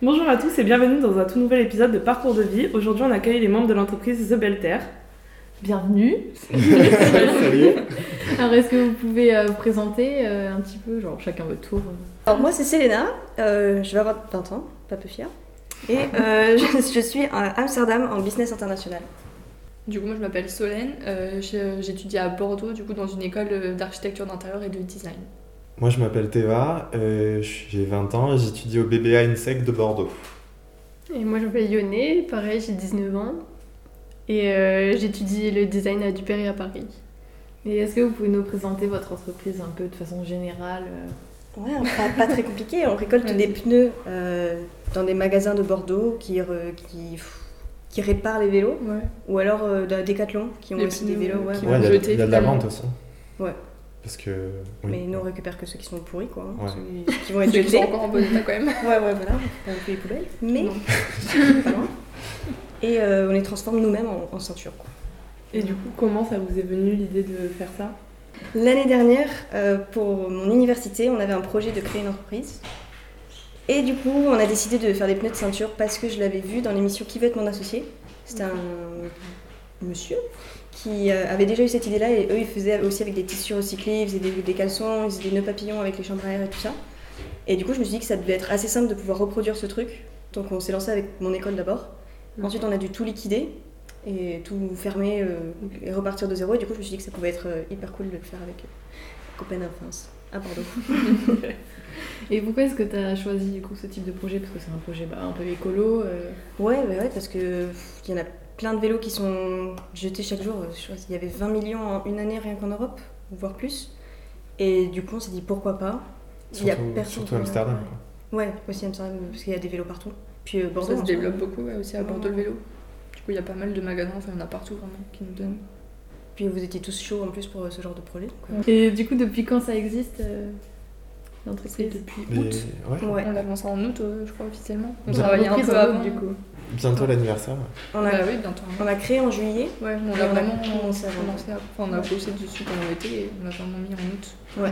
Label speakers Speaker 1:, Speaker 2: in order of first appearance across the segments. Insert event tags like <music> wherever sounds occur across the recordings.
Speaker 1: Bonjour à tous et bienvenue dans un tout nouvel épisode de Parcours de vie. Aujourd'hui, on accueille les membres de l'entreprise The Belle Terre.
Speaker 2: Bienvenue.
Speaker 3: Salut.
Speaker 2: <laughs> Alors, est-ce que vous pouvez euh, vous présenter euh, un petit peu, genre chacun votre tour euh.
Speaker 4: Alors moi c'est Selena, euh, je vais avoir 20 ans, pas peu fière. Et euh, <laughs> je, je suis à Amsterdam en business international.
Speaker 5: Du coup, moi je m'appelle Solène, euh, je- j'étudie à Bordeaux, du coup dans une école euh, d'architecture d'intérieur et de design.
Speaker 3: Moi, je m'appelle Théva, euh, j'ai 20 ans et j'étudie au BBA INSEC de Bordeaux.
Speaker 6: Et moi, je m'appelle Yoné, pareil, j'ai 19 ans. Et euh, j'étudie le design à Duperré à Paris.
Speaker 2: Et est-ce que vous pouvez nous présenter votre entreprise un peu de façon générale euh
Speaker 4: Ouais, pas, pas très compliqué, hein. on récolte des pneus euh, dans des magasins de Bordeaux qui, re- qui, qui réparent les vélos.
Speaker 5: Ouais.
Speaker 4: Ou alors euh, de la Decathlon qui ont
Speaker 5: Les
Speaker 4: aussi
Speaker 5: pneus,
Speaker 4: des vélos.
Speaker 5: euh,
Speaker 4: Ouais,
Speaker 5: qui
Speaker 4: voilà.
Speaker 3: Ouais, il y a-
Speaker 5: jeté,
Speaker 3: il y, a de la
Speaker 5: finalement.
Speaker 3: vente aussi.
Speaker 4: Ouais.
Speaker 3: Parce que. oui.
Speaker 4: Mais nous on récupère que ceux qui sont pourris quoi, hein,
Speaker 3: Ouais.
Speaker 4: ceux <laughs> qui- qui vont être
Speaker 5: Ceux qui sont
Speaker 4: jetés.
Speaker 5: encore en bon état quand <laughs> même.
Speaker 4: Ouais, ouais, voilà, on récupère les poubelles. Mais. <laughs>
Speaker 5: Non.
Speaker 4: Pas loin. Et euh, on les transforme nous-mêmes en, en ceinture. quoi.
Speaker 1: Et du coup, comment ça vous est venu l'idée de faire ça
Speaker 4: L'année dernière, euh, pour mon université, on avait un projet de créer une entreprise. Et du coup, on a décidé de faire des pneus de ceinture parce que je l'avais vu dans l'émission Qui veut être mon associé. C'était un monsieur qui euh, avait déjà eu cette idée-là et eux, ils faisaient aussi avec des tissus recyclés, ils faisaient des, des caleçons, ils faisaient des nœuds papillons avec les chambres à air et tout ça. Et du coup, je me suis dit que ça devait être assez simple de pouvoir reproduire ce truc. Donc, on s'est lancé avec mon école d'abord. Ensuite, on a dû tout liquider et tout fermer euh, et repartir de zéro. Et du coup, je me suis dit que ça pouvait être euh, hyper cool de le faire avec euh, Copenhague, France, à Bordeaux.
Speaker 2: Et pourquoi est-ce que tu as choisi du coup ce type de projet Parce que c'est un projet bah, un peu écolo. euh.
Speaker 4: Ouais, bah ouais, parce que pff, il y en a plein de vélos qui sont jetés chaque jour. Je crois qu'il y avait 20 millions en une année rien qu'en Europe, voire plus. Et du coup, on s'est dit pourquoi pas. Il y a
Speaker 3: Surtout,
Speaker 4: personne
Speaker 3: surtout
Speaker 4: qui-
Speaker 3: Amsterdam. quoi.
Speaker 4: Ouais, aussi Amsterdam, parce qu'il y a des vélos partout. Puis euh, Bordeaux.
Speaker 5: hein, ça Ah. se
Speaker 4: en soi.
Speaker 5: développe beaucoup ouais, aussi à
Speaker 4: Ouais.
Speaker 5: Bordeaux le vélo. Du coup, il y a pas mal de magasins, enfin il y en a partout vraiment qui nous donnent.
Speaker 4: Puis vous étiez tous chauds en plus pour euh, ce genre de projet. donc, euh,
Speaker 2: Et du coup, depuis quand ça existe euh,
Speaker 5: C'est
Speaker 2: l'entreprise
Speaker 5: depuis
Speaker 3: Mais-
Speaker 5: août.
Speaker 3: ouais.
Speaker 4: Ouais,
Speaker 5: On a commencé en août, euh, je crois officiellement. On
Speaker 3: Vous
Speaker 5: travaillait un
Speaker 2: L'entreprise
Speaker 5: peu
Speaker 2: en
Speaker 5: avant
Speaker 2: groupe, du coup.
Speaker 3: Bientôt l'anniversaire. ouais.
Speaker 4: on
Speaker 5: Bah
Speaker 4: a,
Speaker 5: oui, bientôt. un an.
Speaker 4: on a créé en juillet.
Speaker 5: Ouais, mais on
Speaker 4: Et
Speaker 5: a vraiment
Speaker 4: commencé
Speaker 5: commencé
Speaker 4: avant.
Speaker 5: à. Enfin, on a bossé dessus pendant l'été et on a vraiment mis en août.
Speaker 4: Ouais.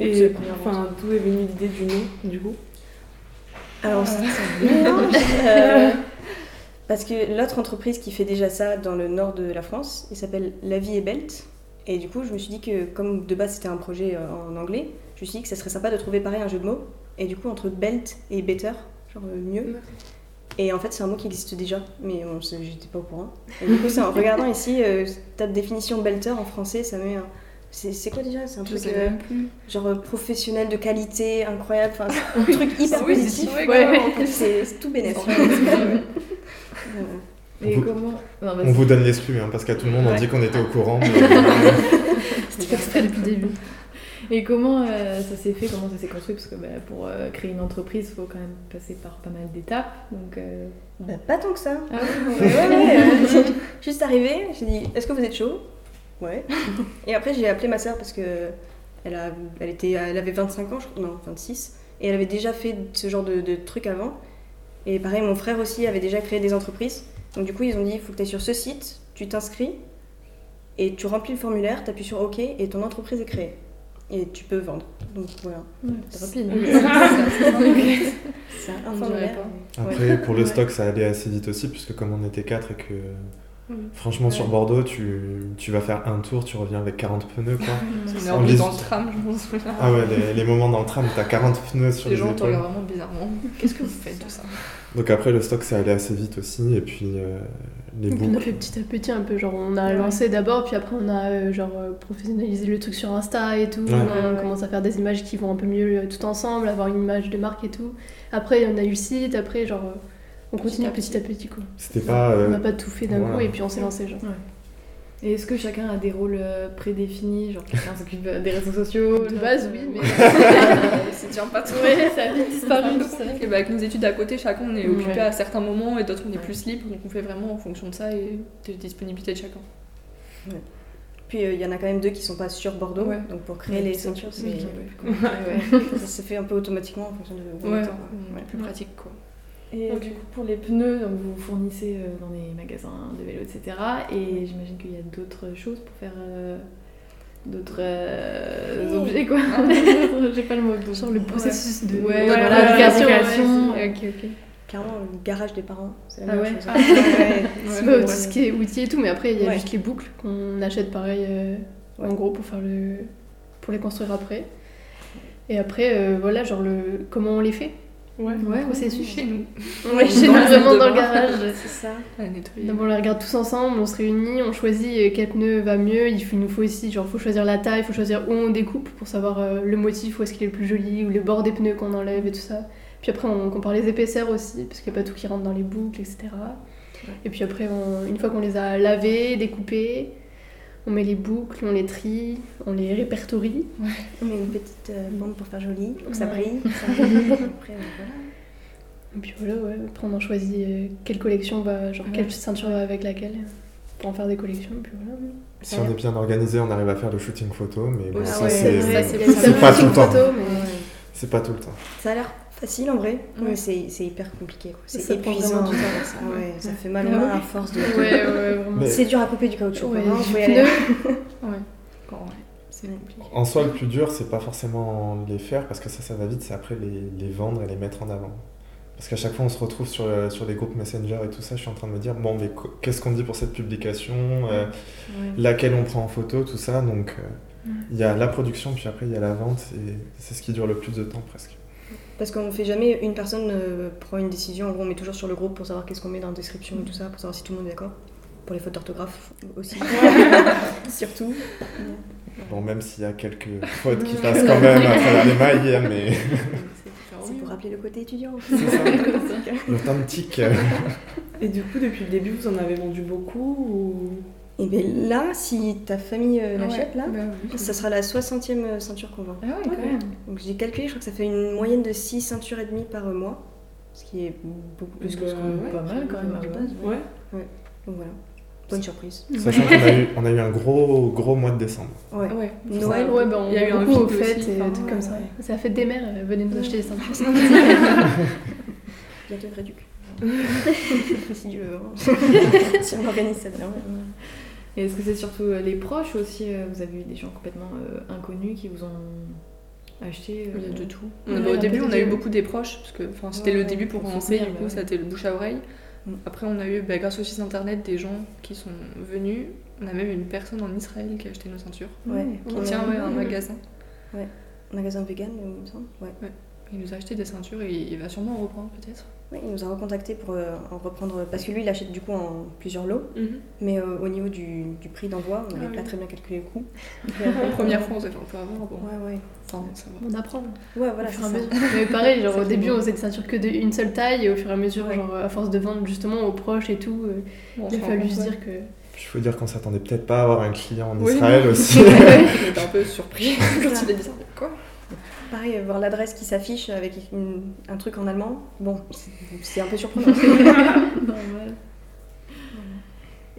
Speaker 1: Et enfin, d'où est venue l'idée du nom, du coup
Speaker 4: Alors, Non, <laughs> euh, parce que l'autre entreprise qui fait déjà ça dans le nord de la France, il s'appelle La Vie est Belt. Et du coup, je me suis dit que, comme de base c'était un projet euh, en anglais, je me suis dit que ça serait sympa de trouver pareil un jeu de mots. Et du coup, entre belt et better, genre euh, mieux. Et en fait, c'est un mot qui existe déjà, mais on se- j'étais pas au courant. Et du
Speaker 5: <laughs>
Speaker 4: coup, c'est en regardant ici, euh, tape définition belter en français, ça met un. C'est c'est quoi déjà C'est un
Speaker 5: Je
Speaker 4: truc
Speaker 5: sais
Speaker 4: euh,
Speaker 5: même plus.
Speaker 4: genre euh, professionnel de qualité, incroyable, enfin c'est un truc hyper
Speaker 5: Oui,
Speaker 4: positif.
Speaker 5: c'est- ouais,
Speaker 4: Ouais,
Speaker 5: grave.
Speaker 4: c'est c'est tout bénéfique. Euh,
Speaker 2: Et
Speaker 3: On vous-
Speaker 2: comment Non,
Speaker 3: On vous donne l'exclu, hein, parce qu'à tout le monde, on
Speaker 2: Ouais.
Speaker 3: dit qu'on était au courant. mais-
Speaker 2: C'était exprès depuis le début. Et comment euh, ça s'est fait, comment ça s'est construit Parce que bah, pour euh, créer une entreprise, il faut quand même passer par pas mal d'étapes. Donc, euh,
Speaker 4: Bah, pas tant que ça.
Speaker 2: Ah <laughs>
Speaker 4: Ouais, ouais,
Speaker 5: <laughs>
Speaker 4: ouais, euh, Juste arrivé, j'ai dit est-ce que vous êtes chaud Ouais. Et après j'ai appelé ma sœur parce que elle, a, elle, était, elle avait 25 ans, je crois, non 26, et elle avait déjà fait ce genre de, de truc avant. Et pareil, mon frère aussi avait déjà créé des entreprises. Donc du coup ils ont dit il faut que tu ailles sur ce site, tu t'inscris, et tu remplis le formulaire, tu appuies sur OK, et ton entreprise est créée. Et tu peux vendre. Donc voilà.
Speaker 2: c'est rapide.
Speaker 4: Ça,
Speaker 5: On
Speaker 4: un
Speaker 5: dirait
Speaker 4: formulaire.
Speaker 5: pas.
Speaker 3: Après, pour le
Speaker 1: Ouais.
Speaker 3: stock, ça allait assez vite aussi, puisque comme on était 4 et que.
Speaker 1: Mm.
Speaker 3: Franchement, sur Bordeaux, tu, tu vas faire un tour, tu reviens avec 40
Speaker 4: <laughs>
Speaker 3: pneus, quoi.
Speaker 5: On est
Speaker 3: On les-
Speaker 5: rentré dans le tram, je m'en souviens.
Speaker 3: ah ouais, les, les moments dans le tram, t'as 40 pneus sur
Speaker 5: Les
Speaker 3: les,
Speaker 5: gens te
Speaker 3: épaules.
Speaker 5: regardent vraiment bizarrement. Qu'est-ce que vous faites de ça
Speaker 3: Donc après, le stock, ça allait assez vite aussi, et puis euh, les
Speaker 6: Donc, on a
Speaker 3: boucles.
Speaker 6: fait petit à petit un peu, genre on a lancé d'abord, puis après on a euh, genre euh, professionnalisé le truc sur Insta et tout.
Speaker 3: Ouais.
Speaker 6: On commence à faire des images qui vont un peu mieux euh, tout ensemble, avoir une image de marque et tout. Après on a eu le site, après genre euh, on continue
Speaker 5: Petit
Speaker 6: petit
Speaker 5: à
Speaker 6: à petit quoi.
Speaker 3: C'était pas.
Speaker 6: On
Speaker 3: euh,
Speaker 6: n'a pas tout fait d'un
Speaker 3: voilà.
Speaker 6: coup et puis on s'est lancé genre.
Speaker 2: Et est-ce que chacun a des rôles euh, prédéfinis Genre chacun s'occupe euh, des réseaux sociaux
Speaker 6: De base oui, mais
Speaker 5: <laughs> C'est déjà pas trop.
Speaker 6: ouais, ça a
Speaker 5: <laughs>
Speaker 6: vite disparu tout ça.
Speaker 5: Et bah, avec nos études à côté, chacun on est occupé
Speaker 2: Ouais.
Speaker 5: à certains moments et d'autres on est
Speaker 2: Ouais.
Speaker 5: plus libre, donc on fait vraiment en fonction de ça et des disponibilités de chacun.
Speaker 4: Puis euh, il y en a quand même deux qui sont pas sur Bordeaux,
Speaker 5: Ouais.
Speaker 4: donc pour créer
Speaker 5: Ouais,
Speaker 4: les
Speaker 5: c'est
Speaker 4: ceintures, c'est
Speaker 5: compliqué,
Speaker 4: ça se fait un peu automatiquement en fonction de
Speaker 5: Ouais,
Speaker 4: de temps, hein. quoi.
Speaker 5: on est euh, plus pratique quoi.
Speaker 2: Et euh, du coup, pour les pneus, donc, vous fournissez euh, dans les magasins de vélo, etc. Et j'imagine qu'il y a d'autres choses pour faire euh, d'autres euh,
Speaker 5: Oui.
Speaker 2: objets, quoi.
Speaker 4: Ah,
Speaker 2: <laughs> J'ai pas le mot. donc.
Speaker 6: Genre le processus de.
Speaker 2: Ouais,
Speaker 6: de-
Speaker 2: voilà,
Speaker 6: de-
Speaker 2: l'éducation,
Speaker 6: l'éducation.
Speaker 2: ouais, c'est- ok, ok.
Speaker 4: Clairement, le garage des parents, c'est la
Speaker 2: Ah
Speaker 4: meilleure
Speaker 2: ouais.
Speaker 4: chose. hein.
Speaker 5: Ah, ouais, ouais,
Speaker 6: C'est <laughs>
Speaker 5: ouais,
Speaker 6: pas
Speaker 5: ouais.
Speaker 6: tout ce qui est outils et tout, mais après il y a
Speaker 4: Ouais.
Speaker 6: juste les boucles qu'on achète pareil euh, en
Speaker 4: Ouais.
Speaker 6: gros pour faire le pour les construire après. Et après euh, voilà genre le comment on les fait.
Speaker 1: Ouais.
Speaker 6: Le processus.
Speaker 5: Chez nous.
Speaker 6: Ouais, chez
Speaker 5: <laughs>
Speaker 6: nous,
Speaker 5: Dans la salle
Speaker 6: vraiment
Speaker 5: de
Speaker 6: dans le
Speaker 5: bain.
Speaker 6: garage.
Speaker 4: C'est ça.
Speaker 5: À nettoyer.
Speaker 6: D'abord, on les regarde tous ensemble, on se réunit, on choisit euh, quel pneu va mieux. Il faut- il nous faut aussi, genre, faut choisir la taille, faut choisir où on découpe pour savoir euh, le motif, où est-ce qu'il est le plus joli, ou le bord des pneus qu'on enlève et tout ça. Puis après, on compare les épaisseurs aussi, parce qu'il n'y a pas tout qui rentre dans les boucles, etc. Et puis après, on- une fois qu'on les a lavés, découpés, on met les boucles, on les trie, on les répertorie.
Speaker 4: On met une petite euh, bande pour faire joli, pour que ça
Speaker 6: Ouais.
Speaker 4: brille. ça brille. Après, euh, voilà.
Speaker 6: Et puis voilà, ouais, après, on en choisit euh, quelle collection va, genre, quelle ceinture va avec laquelle, pour en faire des collections, et puis voilà.
Speaker 3: Si on est bien organisé, on arrive à faire le shooting photo, mais bon,
Speaker 5: Ah
Speaker 3: ça
Speaker 5: ouais,
Speaker 3: c'est
Speaker 5: ça, c'est
Speaker 3: c'est
Speaker 5: bien.
Speaker 3: c'est pas tout le temps.
Speaker 6: Photo, mais-
Speaker 3: C'est pas tout le temps.
Speaker 4: Ça a l'air facile en vrai,
Speaker 5: Ouais.
Speaker 4: mais c'est c'est hyper compliqué. quoi. C'est
Speaker 6: Ça prend
Speaker 4: épuisant.
Speaker 6: vraiment du temps.
Speaker 4: ça, ouais, ça fait mal
Speaker 6: Ah
Speaker 4: aux mains
Speaker 6: oui.
Speaker 4: à force de.
Speaker 6: Ouais,
Speaker 2: <laughs>
Speaker 6: ouais, vraiment.
Speaker 3: Mais-
Speaker 4: C'est dur à couper du caoutchouc.
Speaker 6: Ouais,
Speaker 4: quoi, hein,
Speaker 6: du
Speaker 4: faut y
Speaker 6: pneu.
Speaker 4: aller.
Speaker 5: Quand- ouais, C'est compliqué.
Speaker 3: En soi, le plus dur, c'est pas forcément les faire, parce que ça, ça va vite, c'est après les, les vendre et les mettre en avant. Parce qu'à chaque fois, on se retrouve sur, euh, sur les groupes Messenger et tout ça, je suis en train de me dire, bon, mais co- qu'est-ce qu'on dit pour cette publication euh, Laquelle on prend en photo, tout ça. Donc, euh, il y a la production, puis après, il y a la vente, et c'est ce qui dure le plus de temps, presque.
Speaker 4: Parce qu'on fait jamais une personne euh, prend une décision. En gros, on met toujours sur le groupe pour savoir qu'est-ce qu'on met dans la description et tout ça, pour savoir si tout le monde est d'accord. Pour les fautes d'orthographe aussi. <laughs> Surtout.
Speaker 3: Bon, même s'il y a quelques fautes qui passent quand même à travers les mailles, hein, mais
Speaker 2: Ah
Speaker 4: C'est pour rappeler le côté étudiant.
Speaker 3: c'est <laughs> ça, l'authentique.
Speaker 1: Et du coup, depuis le début, vous en avez vendu beaucoup ou...
Speaker 4: <laughs> Et bien là, si ta famille euh, l'achète, là,
Speaker 5: Bah oui.
Speaker 4: ça sera la 60e ceinture qu'on vend.
Speaker 5: Ah ouais, quand même.
Speaker 4: Donc j'ai calculé, je crois que ça fait une moyenne de 6 ceintures et demie par euh, mois, ce qui est beaucoup plus que ce
Speaker 1: Bah,
Speaker 4: qu'on
Speaker 1: ouais.
Speaker 2: Pas mal quand même à la base.
Speaker 1: Ouais.
Speaker 4: Donc voilà, bonne surprise.
Speaker 3: Sachant qu'on a, eu- on a eu un gros, gros mois de décembre.
Speaker 4: Ouais.
Speaker 5: Bah Ouais. bah,
Speaker 4: Noël.
Speaker 6: Ouais, ben, on
Speaker 5: Il y a eu un
Speaker 6: beaucoup aux
Speaker 5: vide
Speaker 6: fêtes
Speaker 5: aussi,
Speaker 6: et
Speaker 5: enfin,
Speaker 6: tout
Speaker 5: ouais,
Speaker 6: comme ça.
Speaker 5: ouais.
Speaker 6: C'est la fête des mères, euh, venez nous acheter des ceintures.
Speaker 4: <laughs> Bientôt le vrai duc. si Dieu veut. hein. si on organise ça bien. ouais.
Speaker 2: Et est-ce que c'est surtout euh, les proches aussi euh, Vous avez eu des gens complètement euh, inconnus qui vous ont acheté euh,
Speaker 5: Il y a de tout.
Speaker 1: Ouais,
Speaker 5: Euh,
Speaker 1: il y a
Speaker 5: au début,
Speaker 6: de
Speaker 5: on a eu
Speaker 6: tout.
Speaker 5: beaucoup des proches, parce que enfin, c'était
Speaker 2: Ouais,
Speaker 5: le
Speaker 2: ouais,
Speaker 5: début pour
Speaker 2: faut
Speaker 5: commencer,
Speaker 2: soutenir,
Speaker 5: du coup,
Speaker 2: bah
Speaker 5: ça
Speaker 2: ouais.
Speaker 5: c'était le bouche à oreille.
Speaker 4: Mm.
Speaker 5: Après, on a eu, bah, grâce au site internet, des gens qui sont venus. On a même une personne en Israël qui a acheté nos ceintures.
Speaker 4: Ouais.
Speaker 5: Qui
Speaker 4: Ouais.
Speaker 5: tient ouais, un magasin.
Speaker 4: Magasin vegan, il me semble. Ouais.
Speaker 5: Il nous a acheté des ceintures et il va sûrement en reprendre, peut-être.
Speaker 4: Ouais, il nous a recontacté pour euh, en reprendre. Parce que lui, il achète du coup en plusieurs lots, mais euh, au niveau du, du prix d'envoi, on
Speaker 5: Ah
Speaker 4: n'avait pas
Speaker 5: oui.
Speaker 4: très bien calculé le coût.
Speaker 5: La première fois, on s'est fait un peu avoir. Bon,
Speaker 4: Ouais, ouais.
Speaker 5: enfin, ça va.
Speaker 6: On apprend.
Speaker 4: Ouais,
Speaker 6: Voilà,
Speaker 4: voilà,
Speaker 6: au
Speaker 4: Ah, c'est
Speaker 6: fur et à
Speaker 4: ça.
Speaker 6: mesure. Mais pareil, genre au
Speaker 4: Ça, c'est
Speaker 6: début,
Speaker 4: bon.
Speaker 6: on faisait des ceintures que d'une seule taille, et au fur et à mesure,
Speaker 4: Ouais.
Speaker 6: genre à force de vendre justement aux proches et tout, euh,
Speaker 5: Bon, on
Speaker 6: il
Speaker 5: se
Speaker 6: a
Speaker 5: rend
Speaker 6: fallu
Speaker 5: compte,
Speaker 6: se
Speaker 5: ouais. <laughs>
Speaker 6: dire que.
Speaker 3: Puis il faut dire qu'on s'attendait peut-être pas à avoir un client en
Speaker 5: Oui.
Speaker 3: Israël aussi.
Speaker 5: On était un peu surpris <laughs> quand
Speaker 4: <laughs>
Speaker 5: il a dit ça. Quoi
Speaker 4: Pareil, euh, voir l'adresse qui s'affiche avec une- un truc en allemand, bon, c'est- c'est un peu surprenant.
Speaker 2: <laughs> Normal.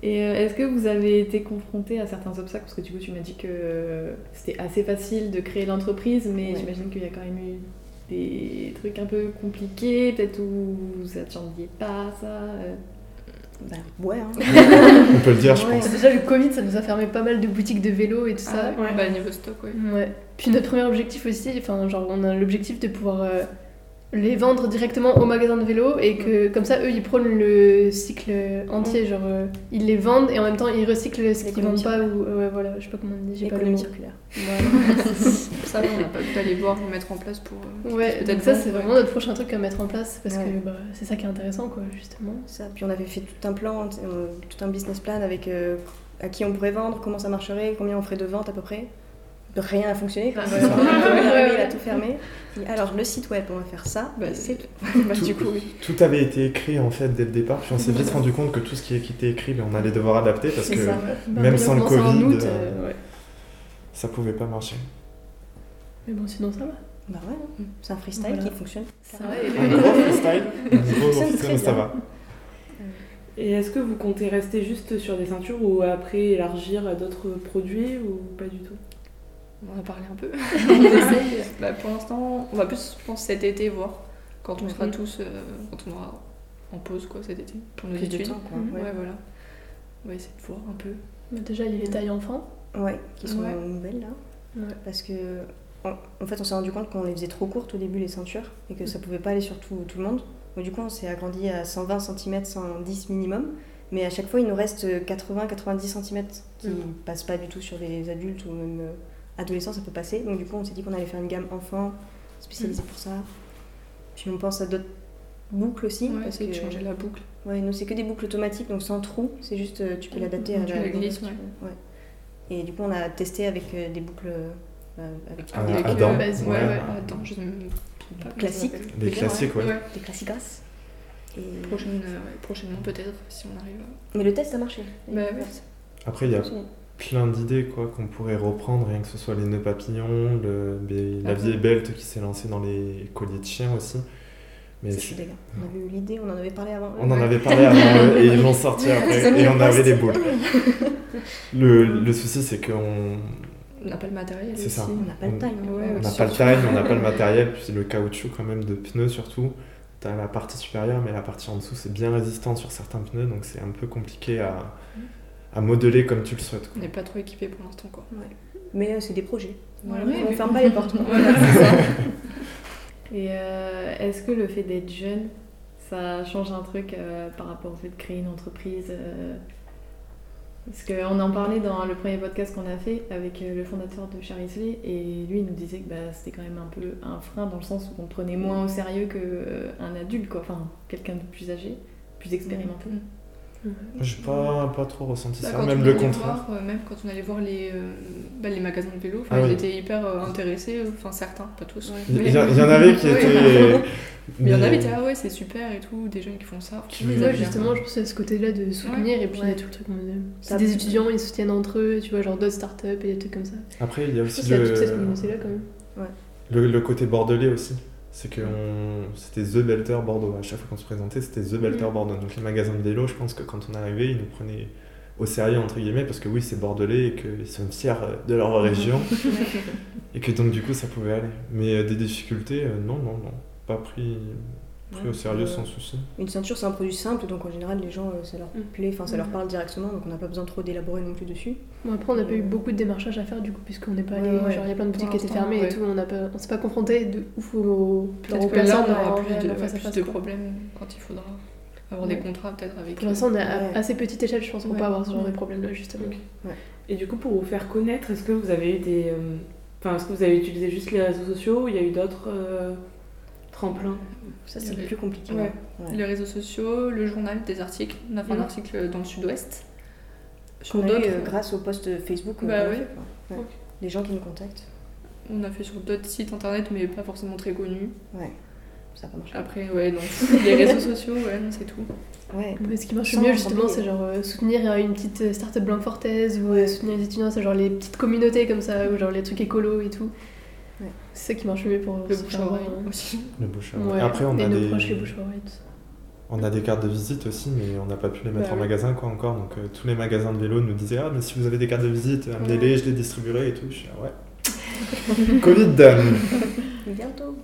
Speaker 2: Et euh, est-ce que vous avez été confronté à certains obstacles Parce que du coup, tu m'as dit que c'était assez facile de créer l'entreprise, mais
Speaker 4: Ouais.
Speaker 2: j'imagine qu'il y a quand même eu des trucs un peu compliqués, peut-être où vous attendiez pas à ça. euh.
Speaker 4: bah ouais, hein.
Speaker 3: On peut le dire, je
Speaker 4: Ouais.
Speaker 3: pense.
Speaker 6: Déjà, le Covid, ça nous a fermé pas mal de boutiques de vélos et tout ça.
Speaker 5: ouais. Bah, niveau stock, ouais.
Speaker 6: Ouais. Puis notre premier objectif aussi, enfin genre on a l'objectif de pouvoir euh, les vendre directement au magasin de vélo et que comme ça eux ils prônent le cycle entier, genre euh, ils les vendent et en même temps ils recyclent ce qu'ils
Speaker 4: L'économie
Speaker 6: vendent pas ou euh, ouais voilà, je sais pas comment on dit, j'ai pas le
Speaker 4: économie
Speaker 6: mot.
Speaker 4: circulaire.
Speaker 5: Ça, on n'a pas pu aller voir, mettre en place pour. euh,
Speaker 6: Ouais,
Speaker 5: peut-être
Speaker 6: donc ça
Speaker 5: vendre,
Speaker 6: c'est
Speaker 5: ouais.
Speaker 6: vraiment notre prochain truc à mettre en place parce
Speaker 4: Ouais.
Speaker 6: que bah, c'est ça qui est intéressant quoi justement.
Speaker 4: <laughs> Ça, puis on avait fait tout un plan, euh, tout un business plan avec euh, à qui on pourrait vendre, comment ça marcherait, combien on ferait de vente à peu près. Rien n'a fonctionné, quand
Speaker 2: Bah, <laughs> Ah, ouais.
Speaker 4: on <laughs> est arrivé, il
Speaker 6: Ouais,
Speaker 4: a
Speaker 6: ouais.
Speaker 4: tout fermé. Et alors le site web, on va faire ça,
Speaker 5: Bah,
Speaker 4: et c'est
Speaker 5: c'est
Speaker 4: tout.
Speaker 5: bah, du coup, oui.
Speaker 3: Tout avait été écrit en fait dès le départ, puis on s'est vite rendu compte que tout ce qui était écrit, ben, on allait devoir adapter parce
Speaker 6: C'est
Speaker 3: que
Speaker 6: ça.
Speaker 3: ça.
Speaker 6: Bah,
Speaker 3: même sans le
Speaker 6: on commence en
Speaker 3: Covid,
Speaker 6: août,
Speaker 3: euh,
Speaker 6: ouais.
Speaker 3: pouvait pas marcher.
Speaker 6: Mais bon sinon ça va.
Speaker 4: Bah ouais, hein. c'est un freestyle
Speaker 6: Voilà.
Speaker 4: qui fonctionne.
Speaker 6: Ça va et-
Speaker 3: Un gros freestyle, un gros
Speaker 4: Ça me
Speaker 3: freestyle, mais ça va.
Speaker 1: Et est-ce que vous comptez rester juste sur des ceintures ou après élargir à d'autres produits ou pas du tout
Speaker 5: On en a parlé un peu. On essaye. <laughs> Bah, pour l'instant, on va plus, je pense, cet été voir quand on sera
Speaker 1: Mhm.
Speaker 5: tous, euh, quand on aura en pause quoi cet été pour nos
Speaker 4: Plus de
Speaker 5: études.
Speaker 4: temps, quoi.
Speaker 5: Ouais.
Speaker 4: Ouais.
Speaker 5: voilà. On va essayer de voir un peu.
Speaker 6: Bah, déjà il y a les tailles enfants.
Speaker 4: ouais, qui sont
Speaker 2: Ouais.
Speaker 4: nouvelles là.
Speaker 6: Ouais.
Speaker 4: Parce que en, en fait, on s'est rendu compte qu'on les faisait trop courtes au début les ceintures et que ça pouvait pas aller sur tout, tout le monde. Donc, du coup, on s'est agrandi à 120 cm, 110 minimum. Mais à chaque fois, il nous reste 80-90 cm qui
Speaker 1: Mhm.
Speaker 4: passent pas du tout sur les adultes ou même euh, adolescents, ça peut passer. Donc du coup, on s'est dit qu'on allait faire une gamme enfant spécialisée pour ça. Puis on pense à d'autres boucles aussi.
Speaker 5: Ouais,
Speaker 4: parce
Speaker 5: essayer
Speaker 4: que
Speaker 5: de changer la boucle.
Speaker 4: Ouais, nous c'est que des boucles automatiques, donc sans trou, c'est juste euh, tu peux l'adapter à
Speaker 5: Tu
Speaker 4: la
Speaker 5: Mm-hmm. la glisses,
Speaker 4: tu peux- ouais. Et du coup, on a testé avec euh, des boucles euh, bah, avec
Speaker 3: Ah,
Speaker 5: Avec,
Speaker 3: Adam,
Speaker 5: euh,
Speaker 6: vas-y,
Speaker 5: ouais,
Speaker 3: ouais.
Speaker 5: ouais, attends, je ne trouve pas.
Speaker 4: Classique.
Speaker 3: Des classiques, ouais.
Speaker 4: des classicas. Et...
Speaker 5: Prochaine, euh, ouais, prochainement, peut-être, si on arrive à.
Speaker 4: Mais le test a marché.
Speaker 5: Bah ouais.
Speaker 3: Après, il y a
Speaker 4: Fonctionné.
Speaker 3: plein d'idées quoi qu'on pourrait reprendre, rien que ce soit les nœuds papillons, le, les- la
Speaker 5: Ah,
Speaker 3: vieille Belt qui s'est lancée dans les colliers de chien aussi. Mais
Speaker 4: Ça, je suis d'accord. On avait eu l'idée, on en avait parlé avant.
Speaker 3: on en avait parlé avant eux, et ils
Speaker 4: <laughs>
Speaker 3: l'ont sorti
Speaker 4: Ça
Speaker 3: après
Speaker 4: met
Speaker 3: et
Speaker 4: le
Speaker 3: on avait
Speaker 4: poste. <laughs>
Speaker 3: des boules. Le, le souci c'est qu'on
Speaker 5: On n'a pas le matériel.
Speaker 3: C'est ça.
Speaker 5: aussi.
Speaker 4: On n'a pas le time. hein.
Speaker 5: Ouais,
Speaker 3: on
Speaker 5: ouais,
Speaker 3: n'a
Speaker 5: sûr.
Speaker 3: pas le time, on n'a pas le matériel, puis le caoutchouc quand même de pneus surtout. T'as la partie supérieure mais la partie en dessous c'est bien résistant sur certains pneus donc c'est un peu compliqué à,
Speaker 4: Mm.
Speaker 3: à modeler comme tu le souhaites.
Speaker 5: On
Speaker 3: quoi.
Speaker 5: n'est pas trop équipé pour l'instant, quoi.
Speaker 4: Mais euh, c'est des projets.
Speaker 5: Voilà.
Speaker 2: Ouais,
Speaker 4: on
Speaker 2: mais-
Speaker 4: ferme pas les portes.
Speaker 5: <laughs>
Speaker 2: Et euh, est-ce que le fait d'être jeune, ça change un truc euh, par rapport au fait de créer une entreprise euh, Parce qu'on en parlait dans le premier podcast qu'on a fait avec euh, le fondateur de Charisley, et lui il nous disait que bah, c'était quand même un peu un frein dans le sens où on prenait moins au sérieux qu'un adulte, quoi. enfin quelqu'un de plus âgé, plus expérimenté.
Speaker 3: J'ai pas, pas trop ressenti
Speaker 5: Bah,
Speaker 3: ça,
Speaker 5: quand on
Speaker 3: même le
Speaker 5: allait
Speaker 3: contraire.
Speaker 5: voir, euh, même quand on allait voir les, euh, bah, les magasins de vélo, enfin,
Speaker 3: Ah
Speaker 5: ils
Speaker 3: oui.
Speaker 5: étaient hyper euh, intéressés, euh, enfin certains, pas tous.
Speaker 3: Il
Speaker 5: Mais-
Speaker 3: y, il y en
Speaker 5: <laughs>
Speaker 3: avait
Speaker 6: <laughs>
Speaker 3: qui
Speaker 5: Oui.
Speaker 3: étaient.
Speaker 5: Mais il y en avait qui étaient ah ouais, c'est super et tout, des jeunes qui font ça.
Speaker 3: Tu
Speaker 5: franchement,
Speaker 3: veux-
Speaker 5: ils
Speaker 6: Moi,
Speaker 5: aiment bien.
Speaker 6: justement, je pensais à ce côté-là de soutenir et puis il y a tout le truc. euh, C'est
Speaker 4: Ça-
Speaker 6: des étudiants, ils se soutiennent entre eux, tu vois, genre d'autres startups et des trucs comme ça.
Speaker 3: Après, il y a
Speaker 6: Je
Speaker 3: aussi
Speaker 6: pense qu'il y a toute cette
Speaker 3: le,
Speaker 6: communauté-là quand même.
Speaker 3: le, le côté bordelais aussi. C'est que on- c'était The Belter Bordeaux. À chaque fois qu'on se présentait, c'était The Belter
Speaker 6: Mm.
Speaker 3: Bordeaux. Donc les magasins de vélo, je pense que quand on arrivait, ils nous prenaient au sérieux, entre guillemets, parce que oui, c'est bordelais et qu'ils sont fiers euh, de
Speaker 6: Mhm.
Speaker 3: leur
Speaker 6: <laughs>
Speaker 3: région. et que donc, du coup, ça pouvait aller. Mais euh, des difficultés, euh, non, non, non. Pas pris, pris <laughs> au sérieux sans souci.
Speaker 4: Une ceinture, c'est un produit simple, donc en général, les gens, euh, ça leur
Speaker 1: Mm.
Speaker 4: plaît, enfin, ça leur parle directement, donc on n'a pas besoin trop d'élaborer non plus dessus. Euh,
Speaker 6: Bon, après, on n'a pas eu beaucoup de démarchages à faire du coup, puisqu'on n'est pas
Speaker 4: Ouais,
Speaker 6: allé.
Speaker 4: ouais.
Speaker 6: Genre, il y a plein de boutiques qui étaient
Speaker 5: l'instant,
Speaker 6: fermées
Speaker 5: ouais.
Speaker 6: et tout, on n'a pas- on s'est pas confronté de ouf aux,
Speaker 5: Peut-être
Speaker 6: aux
Speaker 5: que là,
Speaker 6: personnes
Speaker 5: on
Speaker 6: en
Speaker 5: aura plus
Speaker 6: réel,
Speaker 5: de,
Speaker 6: en face à
Speaker 5: plus
Speaker 6: face,
Speaker 5: de
Speaker 6: quoi.
Speaker 5: problèmes quand il faudra avoir des
Speaker 6: Ouais.
Speaker 5: contrats peut-être avec. euh,
Speaker 6: Pour l'instant, on est à
Speaker 4: Ouais.
Speaker 6: assez petite échelle, je pense, pour
Speaker 5: Ouais.
Speaker 6: pas avoir ce genre
Speaker 5: Ouais.
Speaker 6: de problème-là, justement.
Speaker 1: Et du coup, pour vous faire connaître, est-ce que vous avez eu des. euh, Enfin, est-ce que vous avez utilisé juste les réseaux sociaux ou il y a eu d'autres euh, tremplins
Speaker 4: Ça,
Speaker 5: Il
Speaker 4: c'est
Speaker 5: y
Speaker 4: le
Speaker 5: avait-
Speaker 4: plus compliqué.
Speaker 5: Ouais.
Speaker 4: Ouais.
Speaker 5: Les réseaux sociaux, le journal, des articles. On a fait un
Speaker 1: Mhm.
Speaker 5: article dans le sud-ouest. Sur
Speaker 4: qu'on a eu
Speaker 5: d'autres.
Speaker 4: euh, grâce au post Facebook. euh,
Speaker 5: Bah
Speaker 4: qu'on a
Speaker 5: oui.
Speaker 4: fait, quoi. Ouais.
Speaker 5: Ok.
Speaker 4: Les gens qui nous contactent,
Speaker 5: On a fait sur d'autres sites internet, mais pas forcément très connus.
Speaker 4: ça n'a pas marché.
Speaker 5: Après, ouais, non. <laughs> les réseaux sociaux, ouais, non, c'est tout.
Speaker 4: Ouais.
Speaker 6: Mais ce qui marche
Speaker 4: Sans
Speaker 6: mieux, justement,
Speaker 4: compliquer.
Speaker 6: c'est genre euh, soutenir euh, une petite euh, start-up blanc-fortaise ou euh, soutenir les étudiants, c'est genre les petites communautés comme ça, ou genre les trucs écolos et tout.
Speaker 4: Ouais.
Speaker 6: C'est ça qui marche mieux pour
Speaker 5: Le
Speaker 6: se
Speaker 5: bouche
Speaker 6: faire
Speaker 5: à
Speaker 6: voir,
Speaker 5: oreille
Speaker 6: hein.
Speaker 5: aussi.
Speaker 3: Le bouche à
Speaker 6: Ouais.
Speaker 3: oreille. Après, on
Speaker 6: et
Speaker 3: a,
Speaker 6: nos
Speaker 3: des,
Speaker 6: proches, les bouche à oreille, tout ça.
Speaker 3: on a des cartes de visite aussi, mais on n'a pas pu les mettre
Speaker 5: Bah
Speaker 3: en
Speaker 5: oui.
Speaker 3: magasin quoi encore. Donc euh, tous les magasins de vélo nous disaient Ah, mais si vous avez des cartes de visite, amenez-les, je les distribuerai et tout. Je suis, Ah, ouais. <laughs> Covid dame
Speaker 4: Mais bientôt.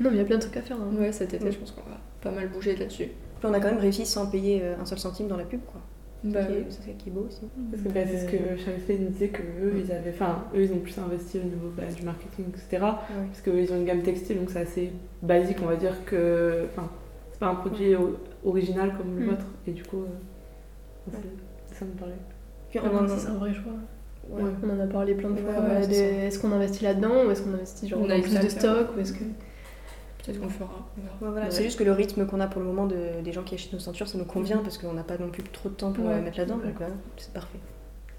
Speaker 6: Non, mais il y a plein de trucs à faire. hein.
Speaker 5: Ouais, cet été,
Speaker 4: Mhm.
Speaker 5: je pense qu'on va pas mal bouger là-dessus.
Speaker 4: Puis on a quand même réussi sans payer euh, un seul centime dans la pub, quoi.
Speaker 5: Bah,
Speaker 4: ça, qui est, ça qui est beau aussi.
Speaker 1: Parce que bah, c'est ce que Charité nous disait que eux, ils avaient. Enfin, eux, ils ont plus investi au niveau bah, du marketing, etc. Parce qu'ils ont une gamme textile, donc c'est assez basique, on va dire que. Enfin, c'est pas un produit o- original comme le
Speaker 6: Mm.
Speaker 1: vôtre. Et du coup, euh, enfin, c'est- ça me parlait.
Speaker 4: Puis on
Speaker 6: Ah non,
Speaker 4: en
Speaker 6: ça,
Speaker 4: a-
Speaker 6: c'est un vrai choix.
Speaker 4: ouais.
Speaker 6: On en a parlé plein de
Speaker 4: Ouais,
Speaker 6: fois.
Speaker 4: voilà,
Speaker 6: euh,
Speaker 4: c'est
Speaker 6: de-
Speaker 4: ça.
Speaker 6: Est-ce qu'on investit là-dedans ou est-ce qu'on investit genre
Speaker 5: On a
Speaker 6: dans plus de
Speaker 5: exact, ouais.
Speaker 6: stock ou est-ce que <laughs>
Speaker 5: peut-être qu'on le fera. on <laughs> verra.
Speaker 4: Ouais, voilà.
Speaker 6: Ouais.
Speaker 4: C'est juste que le rythme qu'on a pour le moment de- des gens qui achètent nos ceintures, ça nous convient parce qu'on n'a pas non plus trop de temps pour
Speaker 5: Ouais.
Speaker 4: euh, mettre là-dedans.
Speaker 6: Ouais.
Speaker 4: Donc voilà, c'est parfait.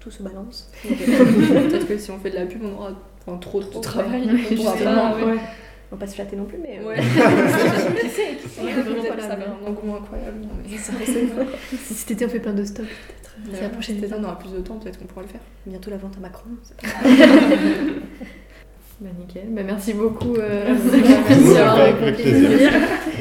Speaker 4: Tout se balance.
Speaker 5: peut-être que si on fait de la pub, on aura enfin, trop, trop de travail.
Speaker 4: Ouais,
Speaker 5: On pourra
Speaker 4: justement,
Speaker 5: pas, ouais.
Speaker 1: ouais.
Speaker 4: On va pas se flatter non plus, mais.
Speaker 5: <laughs>
Speaker 4: euh,
Speaker 5: Ouais.
Speaker 4: qui sait, qui sait.
Speaker 5: Ouais,
Speaker 6: vraiment
Speaker 5: peut-être
Speaker 6: pas la
Speaker 5: ça va
Speaker 6: même.
Speaker 5: un engouement incroyable. non, mais-
Speaker 6: si cet été on fait plein de stock peut-être
Speaker 5: Ouais,
Speaker 6: C'est la prochaine
Speaker 5: peut-être
Speaker 6: étape.
Speaker 5: on aura plus de temps, peut-être qu'on pourra le faire.
Speaker 4: Bientôt la vente à Macron. c'est pas-
Speaker 2: Bah nickel, bah merci beaucoup. euh,
Speaker 6: <laughs>
Speaker 3: Avec
Speaker 2: d'avoir
Speaker 3: plaisir.
Speaker 2: répondu.